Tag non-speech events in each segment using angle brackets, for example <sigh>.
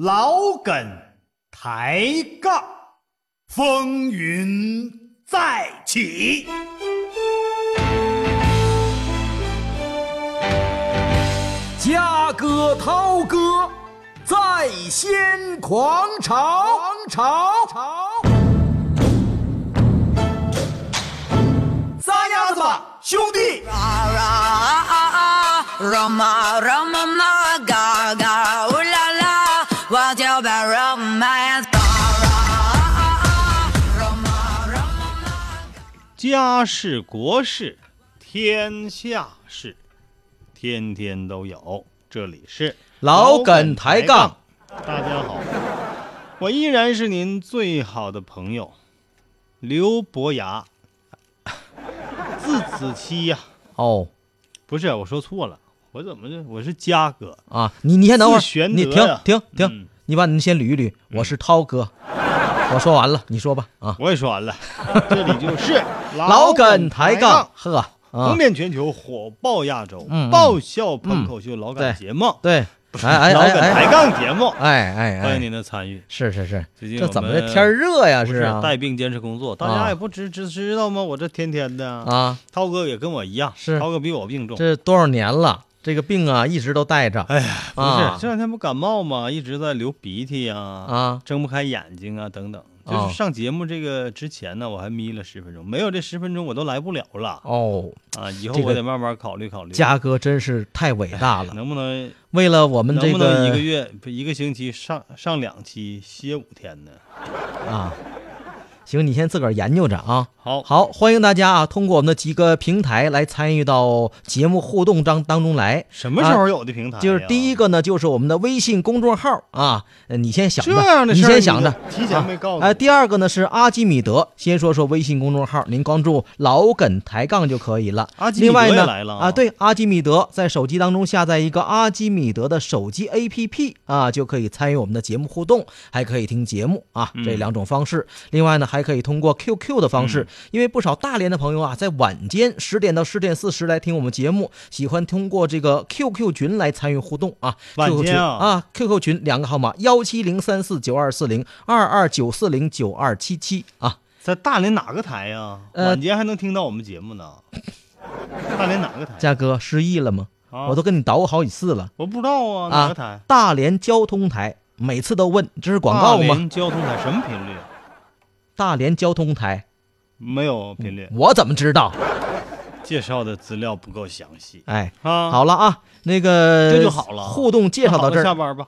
老梗抬杠，风云再起。嘉哥、涛哥在先狂潮，潮潮，撒丫子吧，兄弟！ Roma, Roma, ma, ga, ga, ooh la la, what's your bad romance? Ga, ra, Roma, Roma, 家事国事天下事，天天都有。这里是老梗抬杠，大家好，我依然是您最好的朋友刘伯牙，字子期呀、哦不是我说错了，我怎么就我是嘉哥？啊，你你先等会儿自玄，德你停呀停停，嗯你把你先捋一捋。我是 <laughs> 涛哥，我说完了，你说吧啊。我也说完 <laughs> 了，这里就是老梗抬抬杠，，呵啊红，遍全球，火爆亚洲，嗯嗯爆笑喷口秀老对梗节目，对，哎哎老哎梗哎抬杠节目，哎哎欢迎哎，您的参与。是是是，最近这我怎么这们天儿热呀？不是啊带病坚持工作，大啊家也不知知知道吗？我这天天的啊，啊，涛哥也跟我一样，是涛哥比我病重。这多少年了，这个病啊一直都带着哎呀，不啊是这两天不感冒吗？一直在流鼻涕呀，啊，啊。睁不开眼睛啊，等等。哦就是上节目这个之前呢，我还眯了十分钟，没有这十分钟我都来不了了哦，啊！以后这个我得慢慢考虑考虑，嘉哥真是太伟大了，能不能为了我们哎这能不能一个个月不一个星期上上两期歇五天呢？啊，行，你先自个儿研究着啊。好，好，欢迎大家啊，通过我们的几个平台来参与到节目互动当当中来。什么时候有的平哎台呀？啊就是第一个呢，就是我们的微信公众号啊，呃你先想着，这样的你事儿先想着你，提前没告诉啊哎，我第二个呢是阿基米德，先说说微信公众号，您关注“老梗抬杠”就可以了。阿基米另外德也呢，来了啊，对，阿基米德在手机当中下载一个阿基米德的手机 APP 啊，就可以参与我们的节目互动，还可以听节目啊，嗯这两种方式。另外呢，还可以通过 QQ 的方式，因为不少大连的朋友啊，在晚间十点到十点四十来听我们节目，喜欢通过这个 QQ 群来参与互动啊。晚 QQ 群间啊啊，QQ 群两个号码幺七零三四九二四零二二九四零九二七七啊。在大连哪个台呀、呃晚间还能听到我们节目 <laughs> 呢？大连哪个台？嘉哥失忆了吗？啊我都跟你捣鼓好几次了。我不知道啊，哪个台？大连交通台，每次都问这是广告大吗？连交通台什么频率？大连交通台，没有频率，我怎么知道？介绍的资料不够详细哎，啊。，好了啊，那个这就好了互动介绍到这下儿，班吧。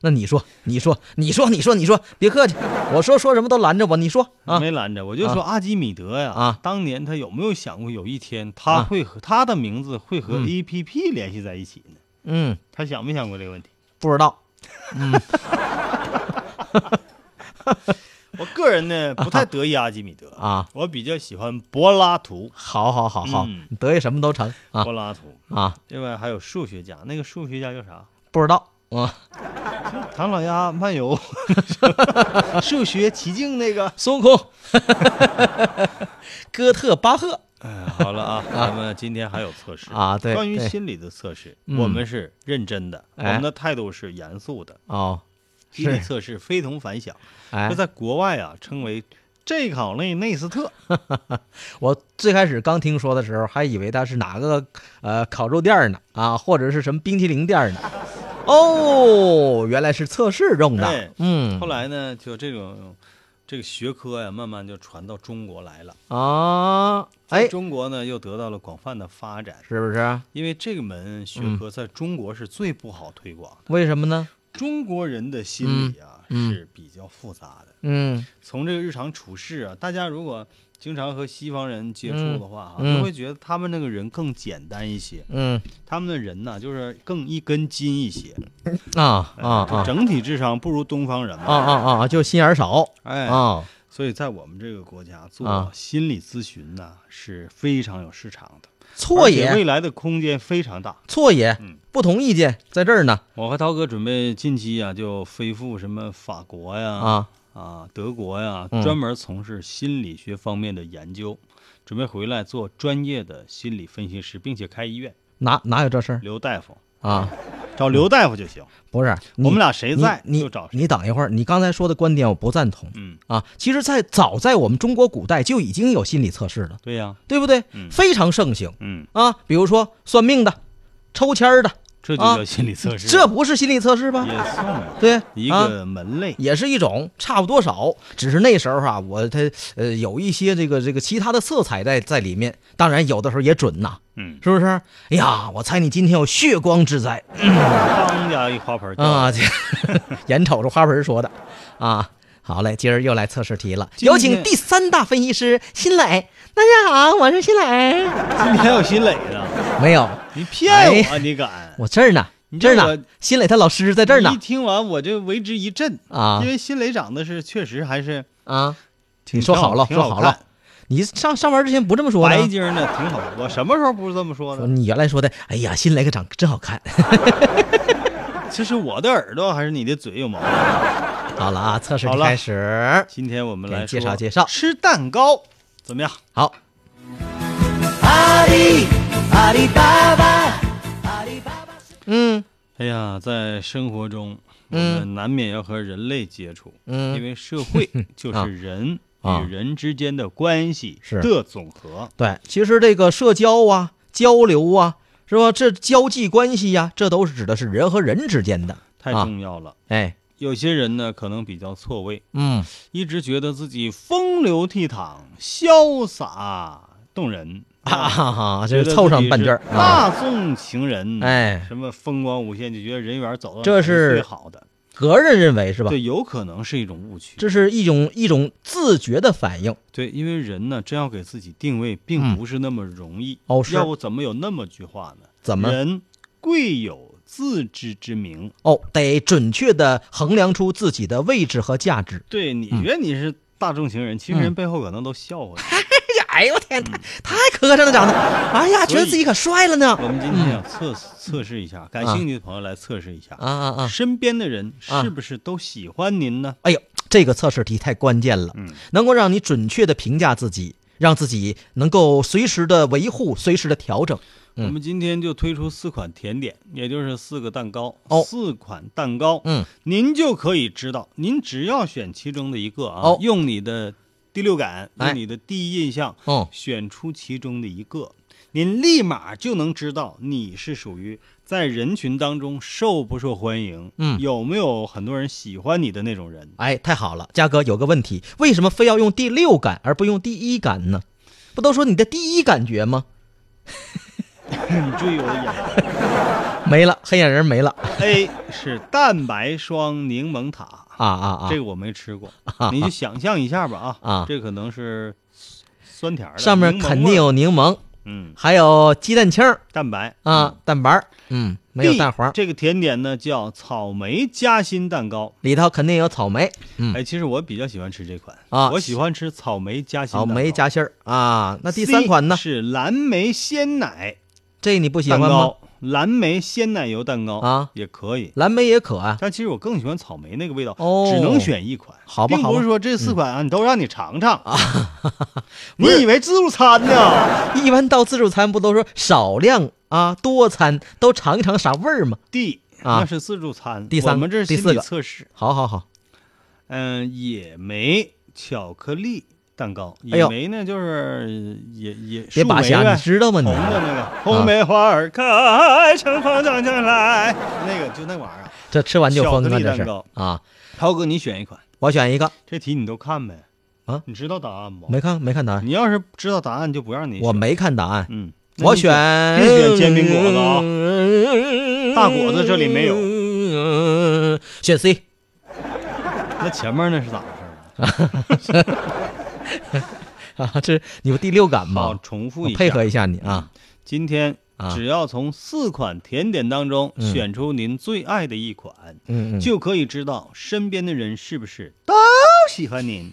那你说，你说，你说，你说，你说，别客气， <laughs> 我说说什么都拦着我，你说啊，没拦着，我就说阿基米德呀，啊当年他有没有想过有一天啊他会和、他的名字会和嗯 A P P 联系在一起呢？嗯，他想没想过这个问题？不知道，我个人呢不太得意阿基米德啊，我比较喜欢柏拉图，好好好好嗯，你得意什么都成啊柏拉图，啊，另外还有数学家，那个数学家叫啥？不知道啊，唐老鸭漫游， <laughs> 数学奇境那个。孙悟空， <laughs> 哥特巴赫哎，好了啊，咱们今天还有测试。啊，对，关于对心理的测试，嗯我们是认真的，我哎们的态度是严肃的。哦，心理是测试非同凡响，哎这，在国外啊称为这考内内斯特。我最开始刚听说的时候，还以为它是哪个呃烤肉店儿呢啊，或者是什么冰淇淋店 <laughs> 儿呢。哦，原来是测试用的。哎嗯后来呢，就这种这个学科呀，慢慢就传到中国来了。啊，在哎，中国呢又得到了广泛的发展，是不是？因为这个门学科在中国是最不好推广的。为什么呢？中国人的心理啊、嗯嗯是比较复杂的，嗯从这个日常处事啊，大家如果经常和西方人接触的话哈、嗯都会觉得他们那个人更简单一些，嗯他们的人呐，就是更一根筋一些，啊啊啊整体智商不如东方人啊嘛。啊啊，就心眼儿少哎，啊。所以在我们这个国家啊做心理咨询呢、是非常有市场的，错而且未也来的空间非常大。错也嗯，不同意见在这儿呢我和涛哥准备近期啊，就飞赴什么法国呀、啊。啊，德国呀，嗯专门从事心理学方面的研究，准备回来做专业的心理分析师，并且开医院。哪哪有这事儿刘大夫，啊？找刘大夫就行。不是，嗯你我们俩谁在你就找谁你。你等一会儿，你刚才说的观点我不赞同。嗯，啊，其实在，早在我们中国古代就已经有心理测试了，对呀，对不对？嗯非常盛行嗯，啊，比如说算命的、抽签儿的，这就啊叫心理测试，这不是心理测试吧？也算吧对，一啊个门类。也是一种，差不多少，只是那时候啊，我它呃有一些这个这个其他的色彩在在里面，当然有的时候也准呐、嗯，是不是？哎呀，我猜你今天有血光之灾当家一花盆儿掉了啊！这 <laughs> 眼瞅着花盆说的啊，好嘞，今儿又来测试题了，今天有请第三大分析师辛磊。大家好，我是辛磊。今天还有新磊呢，没有，你骗哎我啊，呀你敢？我这儿呢你，这儿这呢我，辛磊他老师在这儿你呢一听完我这为之一震啊因为新磊长得是确实还是啊！挺你说好了，挺说好了看，你上上班之前不这么说白的。净儿呢挺好。我什么时候不是这么说说的？你原来说的，哎呀，新来个长真 <laughs> 好看。这是我的耳朵还是你的嘴有毛病？好了啊，测试好题了开始。今天我们给来介说绍介绍吃蛋糕怎么样？好，阿里阿里巴巴，阿里巴巴。嗯哎呀，在生活中，我嗯们难免要和人类接触，嗯因为社 <laughs> 会就是人啊与人之间的关系是啊的总和。对，其实这个社交啊、交流啊，是吧？这交际关系呀、这都是指的是人和人之间的。太啊重要了。哎，有些人呢，可能比较错位，嗯，一直觉得自己风流倜傥、潇洒动人啊哈哈，这觉是得凑自己上半是句儿啊，大众情人，哎什么风光无限，就觉得人缘走到这哪儿是是最好的，个人认为是吧？对，有可能是一种误区。这是一种一种自觉的反应。对，因为人呢，真要给自己定位，并嗯不是那么容易。哦是要不怎么有那么句话呢？怎么人贵有自知之明。哦，得准确的衡量出自己的位置和价值。对，你嗯觉得你是大众情人，其实人背后可能都笑话你。哎呀，哎呦我天，太太磕碜了，长得，哎呀，所以觉得自己可帅了呢。我们今天想测试测试一下，感兴趣的朋友来测试一下，嗯啊啊啊！身边的人啊是不是都喜欢您呢？哎呦，这个测试题太关键了，嗯，能够让你准确的评价自己，让自己能够随时的维护，随时的调整。嗯我们今天就推出四款甜点，也就是四个蛋糕，哦四款蛋糕，嗯，您就可以知道，您只要选其中的一个啊，哦用你的第六感，哎用你的第一印象，哦选出其中的一个，您立马就能知道你是属于在人群当中受不受欢迎，嗯有没有很多人喜欢你的那种人。 <laughs> 哎，太好了，嘉哥有个问题，为什么非要用第六感而不用第一感呢？不都说你的第一感觉吗？你注意我的眼神。没了，黑眼仁没了 A 是蛋白霜柠檬塔，啊啊啊！这个我没吃 <laughs> 过，你就想象一下吧啊，啊这可能是酸甜儿的，上面柠檬肯味定儿有柠檬，嗯还有鸡蛋清儿蛋白啊，蛋白儿，嗯，没有 B，蛋黄，这个甜点呢叫草莓夹心蛋糕，里头肯定有草莓，嗯，哎，其实我比较喜欢吃这款啊我喜欢吃草莓夹心草蛋糕。莓夹心儿啊。那第 C 三款呢？是蓝莓鲜奶这你不喜蛋欢吗？糕，蓝莓鲜奶油蛋糕啊也可以。蓝莓也可啊，但其实我更喜欢草莓那个味道，哦只能选一款，好吧并好吧嗯不是说这四款啊，你都让你尝尝 <laughs> 啊，你以为自助餐呢一般到自助餐不都说少量啊多餐都尝一尝啥味儿吗？ ？D 啊那是自助餐，第三个我们这是第心四理个测试，好好好，嗯，野莓巧克力蛋糕，哎野呦莓呢就是野野别拔树莓瞎，呗你知道吗红你？的那啊个红梅花儿开，乘风长江来，那个就那玩意儿。这吃完就疯巧克啊，力这是蛋糕啊！涛哥，你选一款，我选一个，这题你都看呗？啊，你知道答案不？没看没看答案，嗯你要是知道答案，就不让你选。我没看答案，嗯，那我你选你选煎饼果子啊，大果子这里没有，选 C 那前面那是咋回事儿啊？啊，这你不第六感好，吗？重复我哦一下，配合一下你啊，今天啊只要从四款甜点当中嗯选出您最爱的一款，嗯啊嗯，就可以知道身边的人是不是都喜欢您。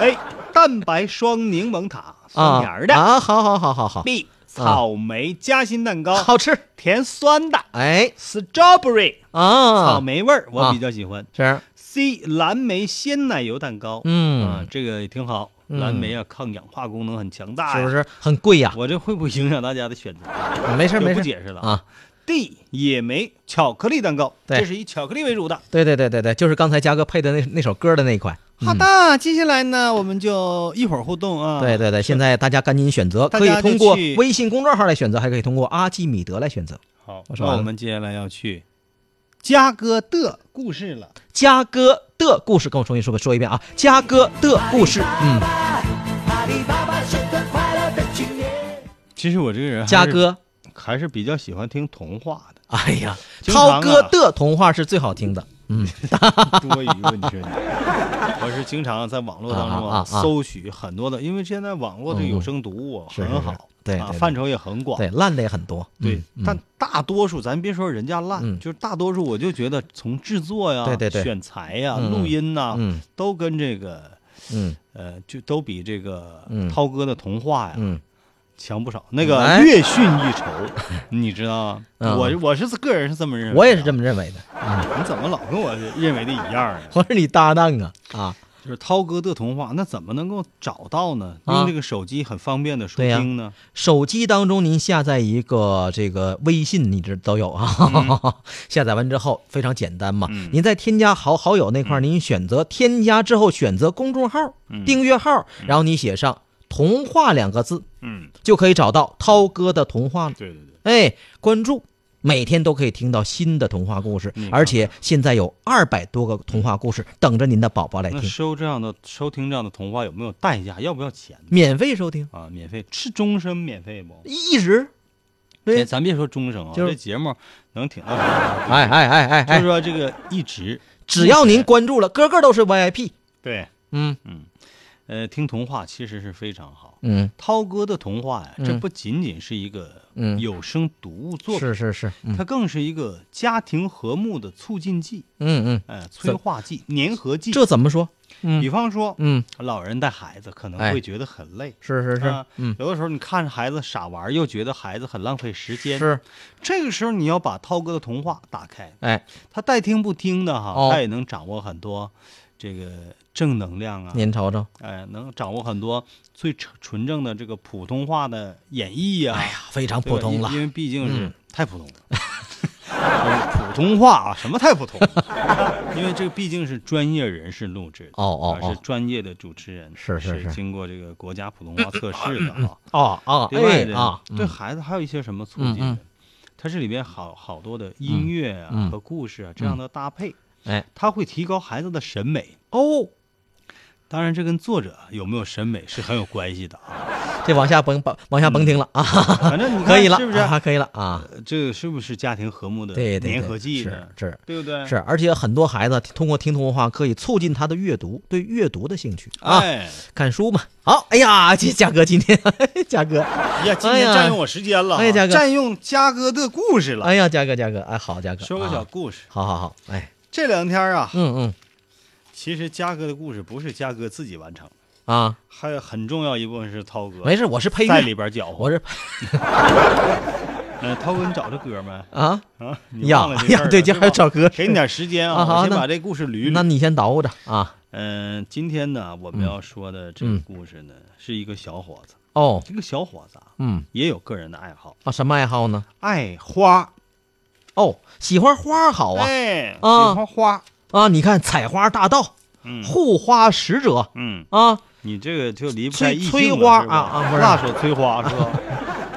A 蛋白霜柠檬塔，酸啊甜儿的啊，好好好好好， ；B 草莓夹心蛋糕，好吃，甜酸的哎；Strawberry 草啊，莓味儿，我啊比较喜欢。是， C 蓝莓鲜奶油蛋糕，啊嗯，，这个也挺好。嗯蓝莓啊，抗氧化功能嗯哎很强大呀，是不？是很贵呀？我这会不会影响大家的选择？没事就没不事解释了。啊，地野莓巧克力蛋糕，对这是以巧克力为主的。对对对对对，就是刚才嘉哥配的那那首歌的那一款。好嗯的，接下来呢，我们就一会儿互动啊。对对对，现在大家赶紧选择，大可以家就通过去微信公众号来选择，还可以通过阿基米德来选择。好我，说那完我了们接下来要去嘉哥的故事了。嘉哥的故事，跟我重新说说一遍啊，嘉哥的故事，哎嗯，阿里巴巴是个快乐的青年。其实我这个人还是嘉哥，还是比较喜欢听童话的，哎呀，经常涛啊哥的童话是最好听的，嗯， <laughs> 多余问题。我是经常在网络当中啊啊啊搜取很多的，因为现在网络的有声读物啊是是很好，是对啊，对对范畴也很广。对，烂的也很多，嗯对，嗯但大多数咱别说人家烂，嗯就是大多数我就觉得从制作呀、对对对选材呀、嗯录音呐，嗯都跟这个嗯呃，就都比这个嗯涛哥的童话呀嗯，强不少，那个哎略逊一 <laughs> 筹，你知道吗？嗯我我是个人是这么认为的，我也是这么认为的，你怎么老跟我认为的一样呢？我是你搭档啊啊，就是涛哥的童话，那怎么能够找到呢？啊用这个手机很方便的收对呀听呢？手机当中您下载一个这个微信，你这都有啊。 <laughs> 下载完之后非常简单嘛，嗯您在添加好好友那块儿，您选择添加之后选择公众号、嗯订阅号，然后你写上“童话”两个字，嗯，就可以找到涛哥的童话了。对对对，哎，关注。每天都可以听到新的童话故事你，看而且现在有二百多个童话故事等着您的宝宝来那听，收这样的收听这样的童话有没有代价？要不要钱呢？免费收听，啊，免费是终身免费不？一直。对哎咱别说终身啊，就是这节目能挺到什么时候？哎哎哎哎就是哎，说这个一 <laughs> 直，只要您关注了，个个都是 VIP。对，嗯呃，听童话其实是非常好。嗯。涛哥的童话呀，嗯这不仅仅是一个嗯有声读物作品，是是是，嗯它更是一个家庭和睦的促进剂。嗯嗯，哎，催化剂、粘合剂。这怎么说？嗯比方说，嗯，老人带孩子可能哎会觉得很累，是是是啊，嗯有的时候你看着孩子傻玩儿，又觉得孩子很浪费时间。，是，这个时候你要把涛哥的童话打开，哎，他带听不听的哈，哦他也能掌握很多这个正能量啊，您瞅瞅，哎，能掌握很多最纯纯正的这个普通话的演绎 <laughs> 呀、哎呀，非常对吧普通因了因，为毕竟是嗯太普通了。 <laughs> 就是普通话啊，什么太普通了？ <laughs> 因为这个毕竟是专业人士录制的，哦啊哦哦是专业的主持人，是是是经过这个国家普通话测试 <laughs> 的啊。哦哦，另外哎呢，啊，对嗯孩子还有一些什么促进嗯的？它这里边好好多的音乐啊、嗯嗯和故事啊这样的搭配，哎它会提高孩子的审美。哦，当然，这跟作者有没有审美是很有关系的 <laughs> 啊。这往下甭甭往下甭听了啊， <laughs> 反嗯正你看可以了，是不是？啊可以了啊？呃这是不是家庭和睦的对对粘合嗯对，剂是呢？是对不对？是，而且很多孩子通过听童话可以促进他的阅读，对阅读的兴趣啊，哎看书嘛。好，哎呀，这嘉哥今天，嘉哥，呀，今天占用我时间了啊，哎哎呀嘉哥占用嘉哥的故事了。哎呀，嘉哥嘉哥，哎，好嘉哥，说个啊小故事，好好好，哎，这两天啊，嗯嗯其实嘉哥的故事不是嘉哥自己完成，啊，还有很重要一部分是涛哥没事，我是配在乐，里边搅和。我是呃，涛哥，你找着歌没？啊。啊，你呀忘了这事儿呀了对今儿还是吧找歌给你点时间啊啊，好我先那把这故事捋那捋。你先捣鼓着啊。嗯，今天呢，我们要说的这嗯个故事呢，是一个小伙子，哦，这个小伙子啊，嗯也有个人的爱好，啊，什么爱好呢？爱花，哦，喜欢花好啊哎，喜啊欢花，啊！你看采花大盗、嗯护花使者嗯。啊你这个就离不开催意境催了花是吧啊啊不是辣手催花是 <laughs> 吧？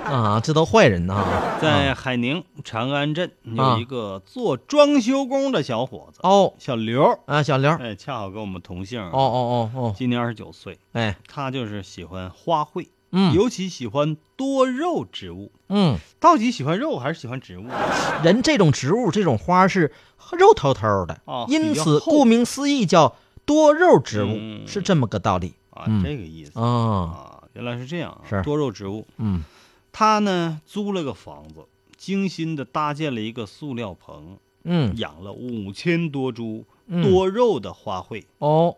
啊，这都坏人呐、啊！在海宁长安镇有一个做装修工的小伙子，哦小刘，啊，小刘，哦哎，恰好跟我们同姓，哦，哦哦，今年二十九岁，哎，他就是喜欢花卉，嗯尤其喜欢多肉植物。嗯，到底喜欢肉还是喜欢植物？啊人这种植物，这种花是肉头头的，哦因比较此厚顾名思义叫多肉植物，嗯是这么个道理啊，嗯这个意思啊。啊，原来是这样啊，是多肉植物。嗯他呢租了个房子，精心的搭建了一个塑料棚，嗯，养了五千多株嗯多肉的花卉，哦，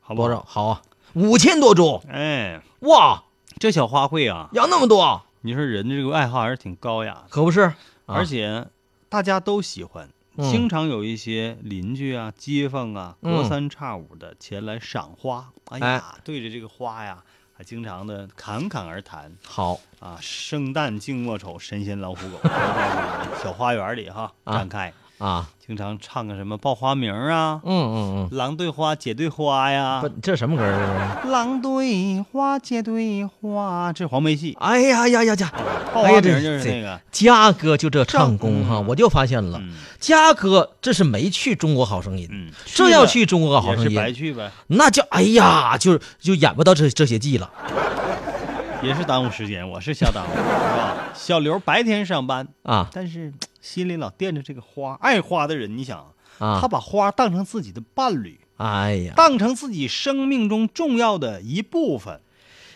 好不多好？少好啊？五千多株哎，哇，这小花卉啊，养那么多，你说人这个爱好还是挺高雅的，可不是？而且大家都喜欢。啊嗯经常有一些邻居啊、街坊啊，嗯哎隔三差五的前来赏花。哎呀，对着这个花呀，还经常的侃侃而谈好，啊。圣诞静末丑，神仙老 <laughs> 虎狗，都在这个小花园里哈啊展开，啊，经常唱个什么报花名啊，嗯嗯狼对花，姐对花呀嗯，不，，这什么歌儿啊这是？狼对花，姐对花，这是黄梅戏，哎呀呀呀呀！报哎花呀，名这就是这那个，嘉哥就这唱功哈，嗯我就发现了，嗯嘉哥这是没去中国好声音，嗯，这要去中国好也声是白音，去呗，那就哎呀，就就演不到这这些季了。也是耽误时间，我是瞎 <laughs> 耽误，是吧？小刘白天上班，啊但是心里老惦着这个花，爱花的人，你想，啊他！把花当成自己的伴侣，哎呀，当成自己生命中重要的一部分。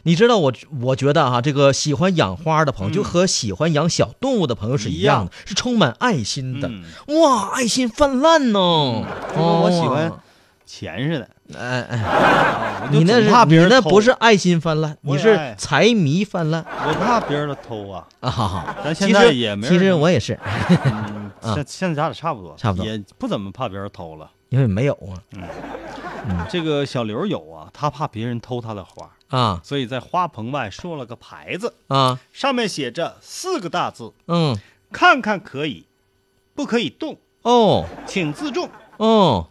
你知道我我觉得哈、这个喜欢养花的朋友，嗯就和喜欢养小动物的朋友是一样的，是充满爱心的。嗯哇，爱心泛滥呢、就跟哦，我喜欢钱似的，哎哎，我就你那总是怕别你人那偷不是，爱心泛滥，我也你是爱财迷泛滥我怕别人偷啊。啊！哈哈，咱其现在实也没人其实我也是，嗯啊像现在咱俩差不多，差不多也不怎么怕别人偷了。因为没有啊这个小刘有啊，他怕别人偷他的花，啊所以在花棚外竖了个牌子，啊上面写着四个大字：嗯看看可以，不可以动，哦请自重。哦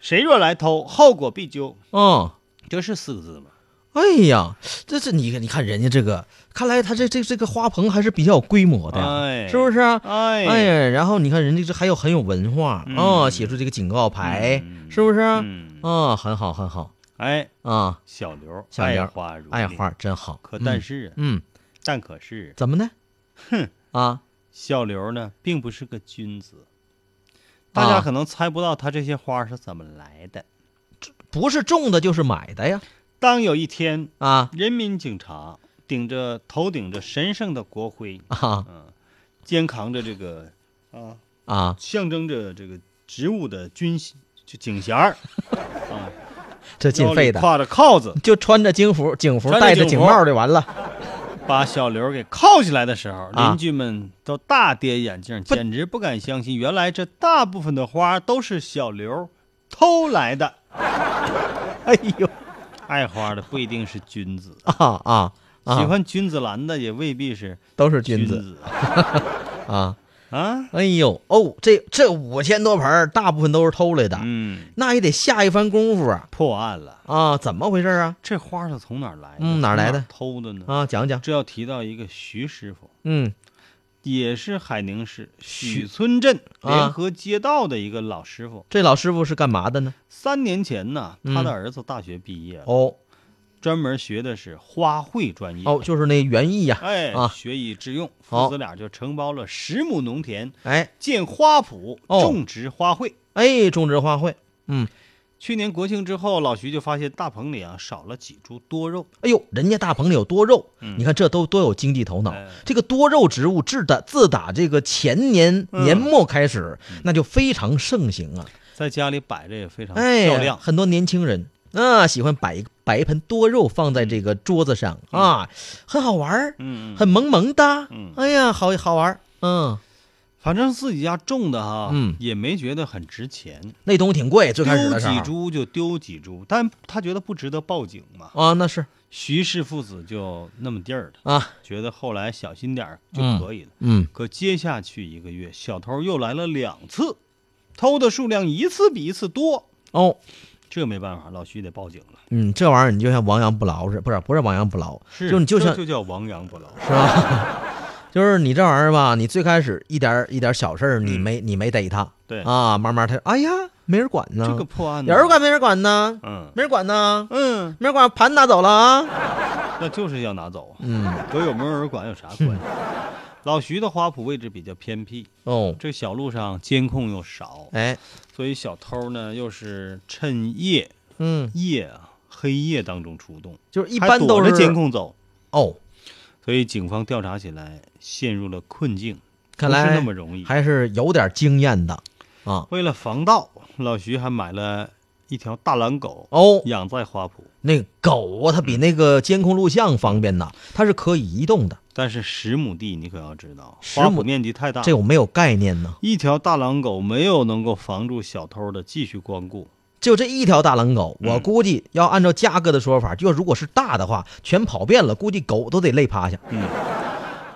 谁若来偷，后果必究。哦，这是四个字吗？哎呀，这这你你看人家这个，看来他这这这个花棚还是比较有规模的呀，哎是不是啊？哎哎呀，然后你看人家这还有很有文化啊、嗯哦写出这个警告牌，是不是啊？嗯哦很好很好哎，啊，小刘，小刘爱花如命爱花，真好。可嗯但是啊，嗯，但可是怎么呢？哼啊，小刘呢，并不是个君子。啊大家可能猜不到他这些花是怎么来的。不是种的就是买的呀！当有一天，啊人民警察顶着头顶着神圣的国徽，啊肩扛着这个啊，啊！象征着这个职务的军就警衔儿，这腰进里费的，挎着铐子，就穿着警服，警服穿着戴着警警帽服就完了。把小刘给铐起来的时候，啊邻居们都大跌眼镜，不简直不敢相信，原来这大部分的花都是小刘偷来的。哎呦爱花的不一定是君子，啊啊啊！喜欢君子兰的也未必是都是君君子啊！啊。哎呦哦，这这五千多盆儿大部分都是偷来的，嗯，那也得下一番功夫啊破案了，啊！怎么回事啊？这花是从哪儿来的？嗯哪儿来的从偷的呢？啊，讲讲。这要提到一个徐师傅，嗯也是海宁市许许村镇啊联合街道的一个老师傅。，这老师傅是干嘛的呢？三年前呢，嗯他的儿子大学毕业了，哦专门学的是花卉专业。哦，就是那园艺呀、哎，啊哦学以致用，好父子俩就承包了十亩农田，哎建花圃，哦种植花卉。哎，种植花卉。嗯，去年国庆之后，老徐就发现大棚里啊少了几株多肉。哎呦，人家大棚里有多肉，你看这都都有经济头脑嗯哎。这个多肉植物自打自打这个前年嗯年末开始，那就非常盛行啊。在家里摆着也非常哎，嗯漂亮。很多年轻人啊喜欢摆一摆一盆多肉放在这个桌子上啊，很好玩儿，嗯，很萌萌哒。嗯哎呀，好好玩儿。嗯，反正自己家种的哈，嗯也没觉得很值钱，那东西挺贵，最开始丢的时候几株就丢几株，但他觉得不值得报警嘛。啊，那是徐氏父子就那么地儿的，啊，觉得后来小心点儿就可以了。嗯，可接下去一个月，小偷又来了两次，偷的数量一次比一次多，哦，这没办法，老徐得报警了。嗯，这玩意儿你就像亡羊补牢似的，不是不是亡羊补牢，就是你就这像就叫亡羊补牢。是吧？ <laughs> 就是你这玩意儿吧，你最开始一点儿一点儿小事儿，你没、你没逮他，嗯对啊，慢慢他，哎呀，没人管呢，这个破案呢有人管没人管呢？嗯没人管呢，嗯，没人管，盘拿走了啊，那就是要拿走啊。嗯，和有没有人管有啥关系？ <laughs> 老徐的花圃位置比较偏僻，哦，这小路上监控又少，哎，所以小偷呢又是趁夜嗯，夜啊黑夜当中出动，就是一还般都躲是着监控走，哦，所以警方调查起来陷入了困境。看不来是那么容易。还是有点经验的啊，为了防盗，老徐还买了一条大狼狗，哦，养在花圃。那个狗啊，它嗯比那个监控录像方便呐，它是可以移动的，但是十亩地你可要知道， 10花亩圃面积太大，这我没有概念呢，一条大狼狗没有能够防住小偷的继续光顾，就这一条大狼狗，嗯我估计要按照嘉哥的说法，就如果是大的话，全跑遍了，估计狗都得累趴下。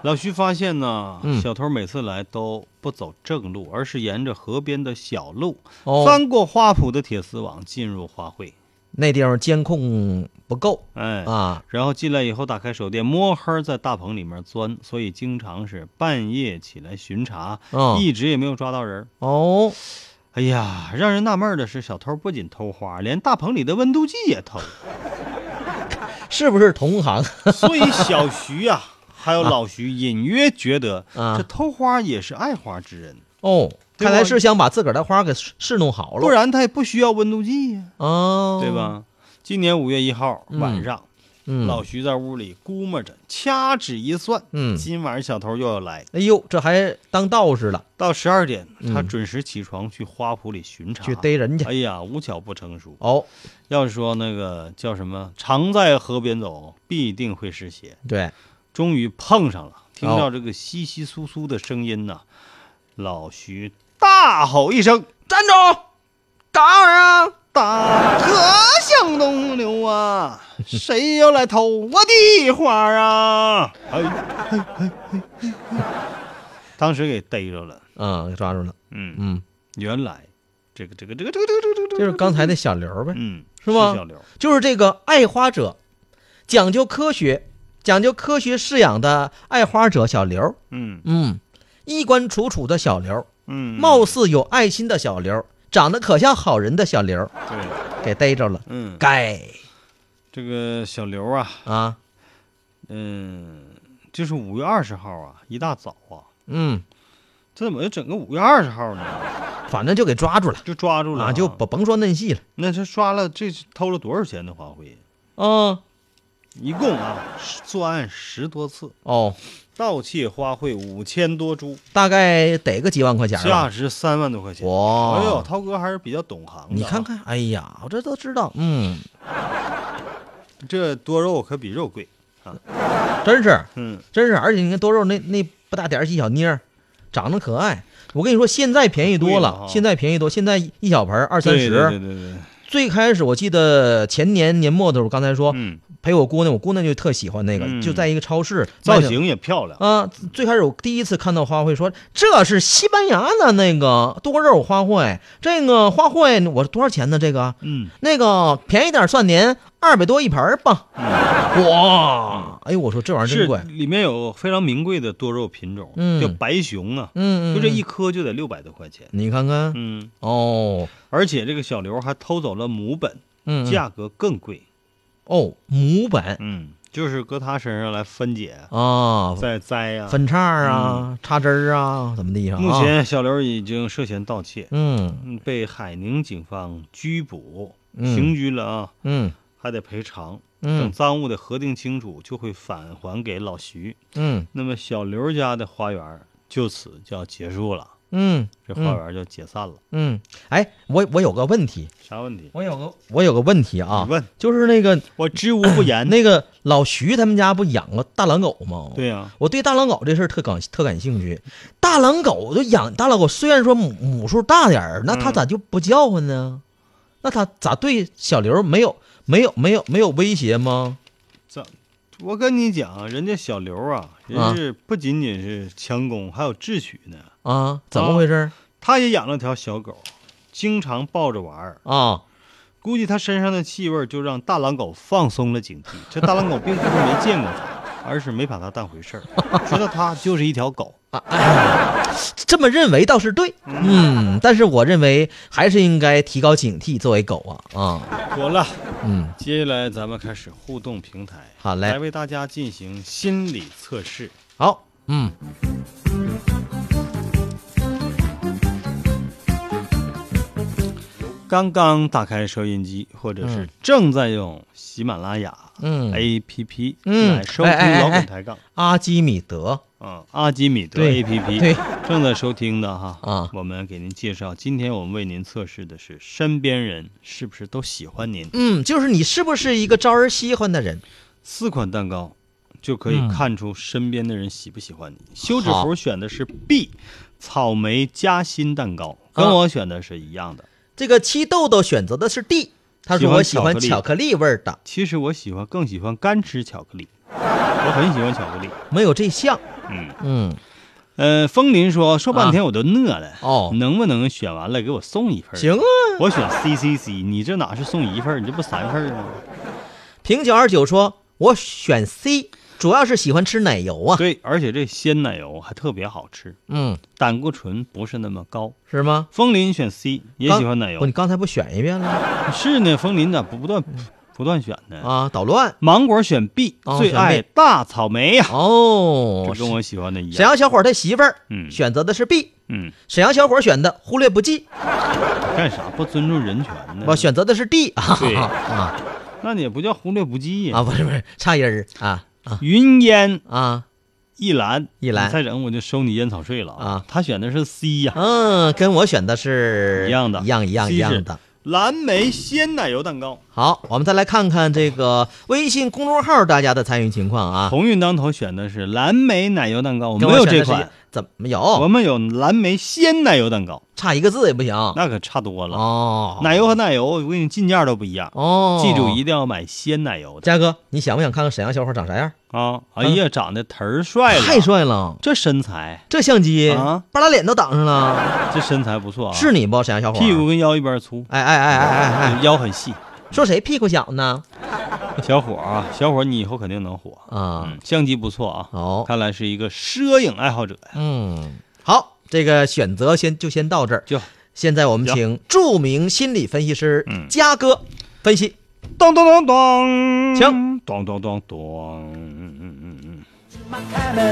老徐发现呢，嗯小偷每次来都不走正路，而是沿着河边的小路，哦，翻过花圃的铁丝网进入花卉。那地方监控不够哎，啊，然后进来以后打开手电，摸黑儿在大棚里面钻，所以经常是半夜起来巡查，嗯一直也没有抓到人儿。哦，哎呀，让人纳闷儿的是，小偷不仅偷花，连大棚里的温度计也偷。是不是同行？所以小徐 <laughs> 呀、还有老徐隐约觉得，啊这偷花也是爱花之人，哦，对吧 <laughs> 看来是想把自个儿的花给侍侍弄好了，不然他也不需要温度计呀、哦，对？吧？今年五月一号嗯晚上，嗯，老徐在屋里估摸着，掐指一算，嗯今晚小偷又要来。哎呦，这还当道士了，到十二点，嗯他准时起床去花圃里巡查，去逮人去。哎呀，无巧不成书。哦，要是说那个叫什么“常在河边走，必定会湿鞋对，”，终于碰上了。听哦到这个窸窸窣窣的声音呐，老徐大吼一声站住！打我啊！：“大河向东流啊，谁要来偷我的花啊？”哎哎哎哎哎当时给逮着了。嗯，给抓住了。嗯，嗯，原来这个这个这个这个这个这个这就个，是刚才那小刘呗，嗯，是吗小刘，就是这个爱花者，讲究科学、讲究科学饲养的爱花者小刘。嗯嗯，衣冠楚楚的小刘，嗯，貌似有爱心的小刘，长得可像好人的小刘，对，给逮着了，嗯，该这个小刘啊，啊，嗯，就是五月二十号啊，一大早啊，嗯，这怎么就整个五月二十号呢？反正就给抓住了就抓住了啊，就甭甭说嫩戏了。那这抓了，这是偷了多少钱的花卉？嗯，一共啊，十作案十多次，哦，盗窃花卉五千多株，大概得个几万块钱价吧。值三万多块钱。哇啊哎呦，涛哥还是比较懂行的、啊你看，看，哎呀，我这都知道，嗯，这多肉可比肉贵。真是嗯，真是，而且你看多肉那那不大点儿小妮儿，长得可爱。我跟你说，现在便宜多贵了了哈，现在便宜多，现在一小盆儿二三对十。哦对对对对，最开始我记得前年年末的时候，我刚才说、嗯，陪我姑娘，我姑娘就特喜欢那个，嗯就在一个超市造卖的型也漂亮。啊。最开始我第一次看到花卉，说这是西班牙的那个多肉花卉，这个花卉我说多少钱呢？这个嗯，那个便宜点儿算您二百多一盆儿吧。哇，哎呦，我说这玩嗯意儿是真贵，里面有非常名贵的多肉品种，嗯叫白熊啊，嗯，嗯就这一嗯颗就得六百多块钱。你看看，嗯，哦，而且这个小刘还偷走了母本，嗯，嗯价格更贵。哦，母本嗯，就是搁他身上来分解、啊，再栽呀、分叉啊，插枝儿啊，怎么地啊？目前，小刘已经涉嫌盗窃，嗯嗯，被海宁警方拘捕、嗯刑拘了啊，嗯还得赔偿。等嗯赃物的核定清楚，就会返还给老徐。嗯那么小刘家的花园就此就要结束了，嗯这花园就解散了。嗯，哎，我我有个问题，啥问题？我有个我有个问题啊你，问，就是那个我知无不言。那个老徐他们家不养个大狼狗吗？对啊呀、我对大狼狗这事儿特感特感兴趣。大狼狗就养大狼狗，虽然说母母数大点儿，那它嗯咋就不叫唤呢？那它咋对小刘没有没有没有没有威胁吗？我跟你讲，人家小刘啊，啊人是不仅仅是强攻，还有智取呢。啊，怎么回事儿他也养了条小狗，经常抱着玩儿。啊？估计他身上的气味就让大狼狗放松了警惕。这大狼狗并不是没见过他，而是没把他当回事儿，觉得他就是一条狗。这么认为倒是对，嗯，但是我认为还是应该提高警惕，作为狗啊啊，妥了，嗯，接下来咱们开始互动平台，好来嘞，为大家进行心理测试。好，嗯，刚刚打开收音机，或者是正在用喜马拉雅嗯 A P P 嗯来收听哎哎哎老滚抬杠。阿基米德，嗯，阿基米德对 A P P 对正在收听的哈啊我们给您介绍，今天我们为您测试的是身边人是不是都喜欢您。嗯，就是你是不是一个招人喜欢的人？四款蛋糕就可以嗯看出身边的人喜不喜欢你。休止好符选的是 B，草莓夹心蛋糕，跟啊我选的是一样的。这个七豆豆选择的是 D，他说我喜喜欢欢巧巧克力味儿的，其实我喜欢更喜欢干吃巧克力，我很喜欢巧克力。没有这项。嗯，嗯，呃，风林说说半天我都饿了，啊哦能不能选完了给我送一份儿？行啊。 <laughs> 我选 C C C，你这哪是送一份儿，你这不三份儿吗？平九二九说，我选 C，主要是喜欢吃奶油 <laughs> 啊。对，而且这鲜奶油还特别好吃，嗯，胆固醇不是那么高。是吗？风林选 C，也刚喜欢奶不，油你。刚才不选一遍了是呢，风林咋不不断不断选呢？啊？捣乱芒果选 B，哦最选爱 B 大草莓呀，哦这。跟我喜欢的一沈样。阳小伙儿他媳妇儿嗯选择的是 B，嗯，沈阳小伙儿选的忽略不计，干啥不尊重人权呢？我选择的是 D <laughs> 啊嗯对啊那你也不叫忽略不计呀。啊！不是不是，差音儿啊啊云烟啊！一兰，一兰你再整我就收你烟草税了啊！他选的是 C 呀，嗯，跟我选的是一样的一样一样 C 一是样的。蓝莓鲜奶油蛋糕。好，我们再来看看这个微信公众号大家的参与情况啊。鸿运当头选的是蓝莓奶油蛋糕，我跟没有选的这是一哦款，，怎么我有？们有蓝莓鲜奶油蛋糕，差一个字也不行。那可差多了。哦，奶油和奶油，我跟你进价都不一样，哦，记住一定要买鲜奶油的嘉哥，你想不想看看沈阳小伙长啥样？啊！哎呀，长得忒儿帅了，嗯太，帅了！这身材，这相机啊半拉脸都挡上了，这身材不错啊，是你不，沈阳小伙？屁股？跟嗯腰一边粗，哎哎哎哎哎哎，腰很细。说谁屁股小呢？小伙儿啊，小伙儿，你以后肯定能火啊嗯相机不错啊，哦看来是一个摄影爱好者呀。嗯，好，这个选择先就先到这儿。就现在我们行请著名心理分析师嗯嘉哥分析。咚咚咚咚，行，咚咚咚咚，嗯嗯嗯嗯。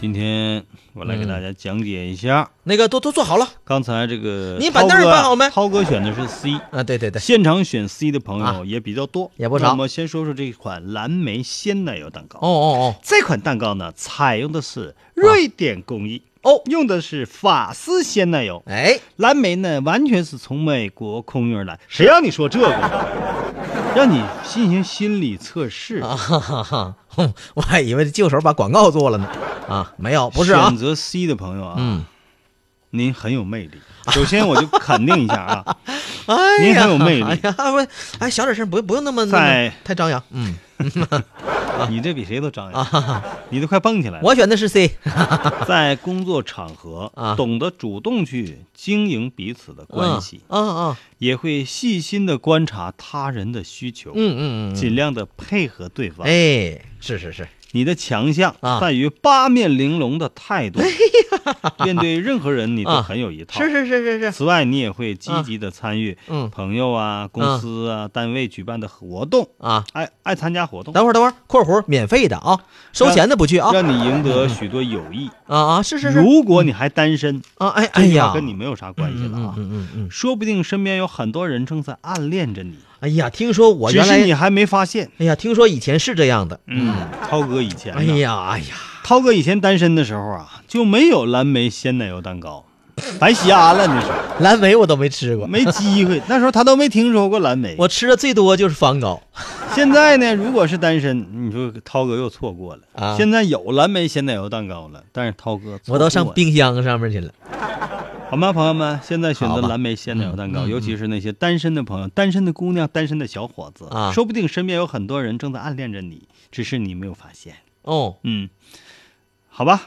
今天我来给大家讲解一下，那个都都坐好了刚才这个嗯你把那儿涛哥啊搬好没涛哥选的是 C，啊！对对对，现场选 C 的朋啊友也比较多，也不少那么先说说这款蓝莓鲜奶油蛋糕。哦哦这款蛋糕呢，采用的是瑞典工艺，哦哦，用的是法式鲜奶油。哎，蓝莓呢，完全是从美国空运而来。谁让你说这个？ <laughs> 让你进行心理测试，啊哈哈哈， <laughs> 哼我还以为旧手把广告做了呢，啊，没有，不是啊选，择 C 的朋友啊，嗯，您很有魅力。首先，我就肯定一下啊，哎呀，您很有魅力哎呀，不，哎，小点声，不不用那么那在么太张扬，嗯，你这比谁都张 <laughs> 啊扬，哈哈，你都快蹦起来了。我选的是 C， <laughs> 在工作场合啊懂得主动去经营彼此的关系，嗯，嗯嗯也会细心的观察他人的需求，嗯嗯嗯嗯，尽量的配合对方。哎，是是是，你的强项啊哎在于八面玲珑的态度，面对任何人你都啊很有一套。是是是是是，此外，你也会积极的参与嗯朋友啊、公司啊、单位举办的活动，啊，爱爱参加活动，等会儿等会儿，括弧免费的啊，收钱的不去啊，让你赢得许多友谊。啊啊，是是是，如果你还单身，啊，哎哎这句呀话，跟你没有啥关系嗯了嗯啊，嗯嗯嗯，说不定身边有很多人正在暗恋着你，哎呀，听说我只原是你来，还没发现。哎呀，听说以前是这样的，嗯，涛哥以前呢，哎呀哎呀。涛哥以前单身的时候啊，就没有蓝莓鲜奶油蛋糕，白瞎了那时候。蓝莓我都没吃过， <laughs> 没机会，那时候他都没听说过蓝莓。我吃的最多就是方糕。现在呢，如果是单身，你说涛哥又错过了。啊现在有蓝莓鲜奶油蛋糕了，但是涛哥错过我都嗯上了。冰箱上面去了。好吗，朋友们？现在选好择吧蓝莓鲜奶油蛋糕，嗯尤其是那些单身的朋友、单身的姑娘、单身的小伙子，啊说不定身边有很多人正在暗恋着你，只是你没有发现。哦，嗯，好吧，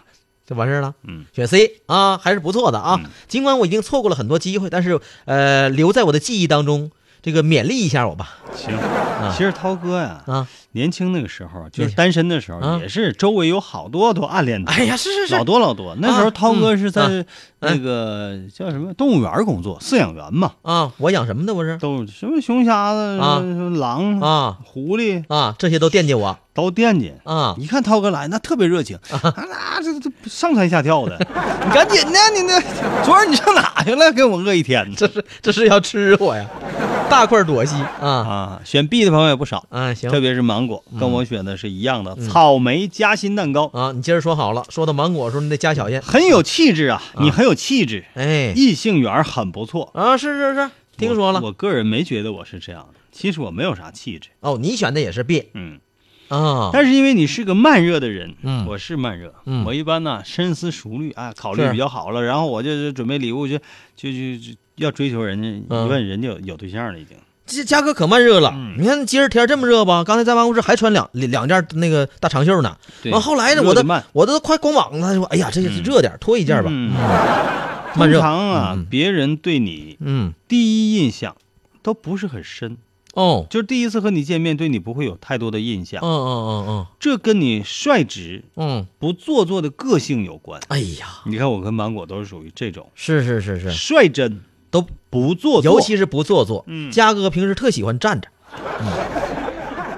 就完事儿了。嗯，选 C 啊，还是不错的啊。尽管我已经错过了很多机会，但是呃，留在我的记忆当中，这个勉励一下我吧。行。其实涛哥呀、啊，年轻那个时候就是年轻单身的时候，啊也是周围有好多都暗恋他。哎呀，是是是，老多老多。那时候涛哥是啊在那个叫什么动物园工作，饲养员嘛，啊，我养什么的不是都什么熊瞎子、啊什么狼、啊狐狸啊，这些都惦记我都惦记。啊。一看涛哥来，那特别热情，啊，这这上蹿下跳的。 <laughs> 你赶紧的，你那昨儿你上哪去了？给我饿一天这是这是要吃我呀，大快朵颐 <laughs> 啊！啊！选 B 的朋友也不少，啊，行嗯特别是芒果，跟我选的是一样的，草莓夹心蛋糕，啊，你接着说好了，说到芒果的时候你得加小心。很有气质啊！你很有气质，哎，异性缘很不错。啊，是是是，听说了我。我个人没觉得我是这样的，其实我没有啥气质。哦，你选的也是 B，嗯，啊，但是因为你是个慢热的人，嗯我是慢热，嗯我一般呢深思熟虑啊，考虑是比较好了，然后我就是准备礼物就就就就要追求人家，嗯一问人家有有对象了已经。这家哥可慢热了。嗯你看今儿天这么热吧，刚才在办公室还穿两两件那个大长袖呢。对完后来呢，热我得都慢我都快光膀子，说哎呀，这嗯热点儿脱一件吧。嗯，慢热通常啊，嗯嗯别人对你嗯，第一印象都不是很深，哦，就是第一次和你见面，对你不会有太多的印象嗯。嗯嗯嗯这跟你率直、嗯，不做作的个性有关。哎呀，你看，我跟芒果都是属于这种是是是是，率真都不做作。尤其是不做作。嗯家哥平时特喜欢站着。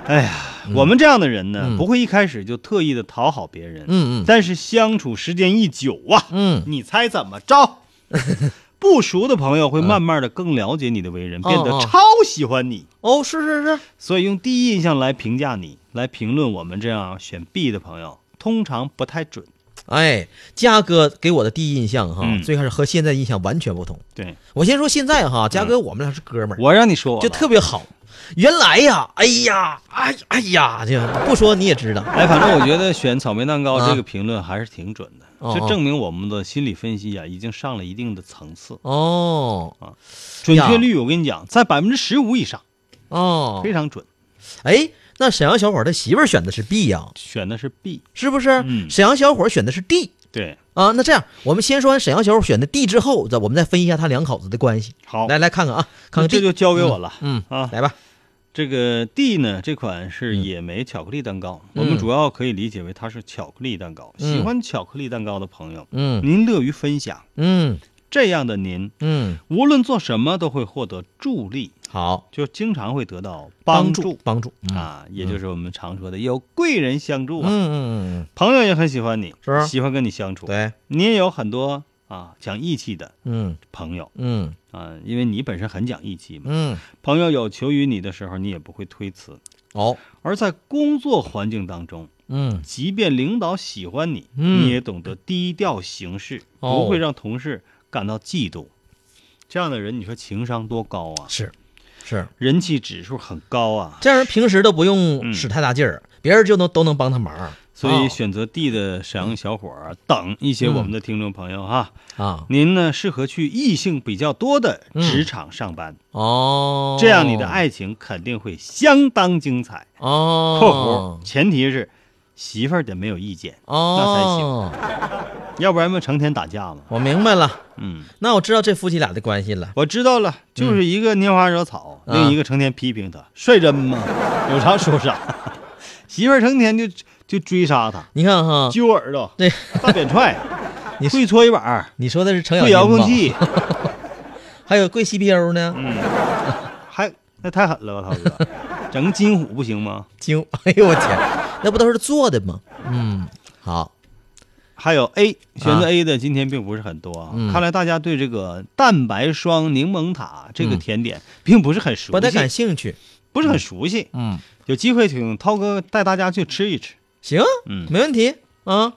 哎呀，我们这样的人呢嗯，不会一开始就特意的讨好别人。嗯嗯但是相处时间一久啊，嗯，你猜怎么 <laughs> 着？不熟的朋友嗯会慢慢的更了解你的为人，哦变得哦超喜欢你。哦，是是是，所以用第一印象来评价你，来评论我们这样选 B 的朋友，通常不太准。哎，嘉哥给我的第一印象哈，嗯最开始和现在印象完全不同。对我先说现在哈，嘉哥我们俩是哥们儿，嗯我让你说我就了特别好。原来呀，哎呀，哎哎呀，这不说你也知道， <laughs> 哎，反正我觉得选草莓蛋糕啊这个评论还是挺准的，哦这证明我们的心理分析啊已经上了一定的层次，哦准呀确率我跟你讲在百分之十五以上，哦非，常准。哎，那沈阳小伙儿他媳妇儿选的是 B 呀、选的是 B，是不是？嗯沈阳小伙儿选的是 D 对，啊。那这样，我们先说完沈阳小伙儿选的 D 之后，再我们再分析一下他两口子的关系。好，来来看看啊，看看这 D，就交给我了。嗯啊，来吧，这个 D 呢，这款是野莓巧克力蛋糕，我们嗯主要可以理解为它是巧克力蛋糕。嗯喜欢巧克力蛋糕的朋友，嗯您乐于分享，嗯这样的您嗯，无论做什么都会获得助力，好，就经常会得到帮助帮助，嗯啊，也就是我们常说的有贵人相助嗯啊。嗯嗯朋友也很喜欢你，是啊喜欢跟你相处嗯，。对，你也有很多啊讲义气的嗯朋友嗯啊，因为你本身很讲义气嘛。嗯，朋友有求于你的时候，你也不会推辞。哦，而在工作环境当中，嗯即便领导喜欢你，嗯你也懂得低调行事，哦不会让同事感到嫉妒。这样的人，你说情商多高啊？是是。人气指数很高啊！这样人平时都不用嗯使太大劲儿，别人就能都能帮他忙。所以哦嗯选择 D 的沈阳小伙儿啊等一些我们的听众朋友哈，啊，您呢适合去异性比较多的职场上班，哦，这样你的爱情肯定会相当精彩。（括哦弧，前提是媳妇儿得没有意见，哦，那才行。要不然们成天打架嘛。我明白了，嗯，那我知道这夫妻俩的关系了。我知道了，就是一个拈花惹草，啊另一个成天批评他，率真嘛， <laughs> 有啥说啥。 <laughs> 媳妇儿成天就就追杀他，你看哈，揪耳朵，这大扁踹，嗯 <laughs> 你会搓衣板儿，你说的是程咬会金遥控吧，器。嗯还有跪 CPU 呢，还那太狠了吧，涛哥，整个金虎不行吗？惊！ <laughs> 哎呦我天，那不都是做的吗？嗯，好，还有 A 选择啊 A 的今天并不是很多啊，嗯看来大家对这个蛋白霜柠檬塔这个甜点并不是很熟悉，嗯不太感兴趣。不是很熟悉。嗯，有机会请涛哥带大家去吃一吃。行，嗯没问题啊。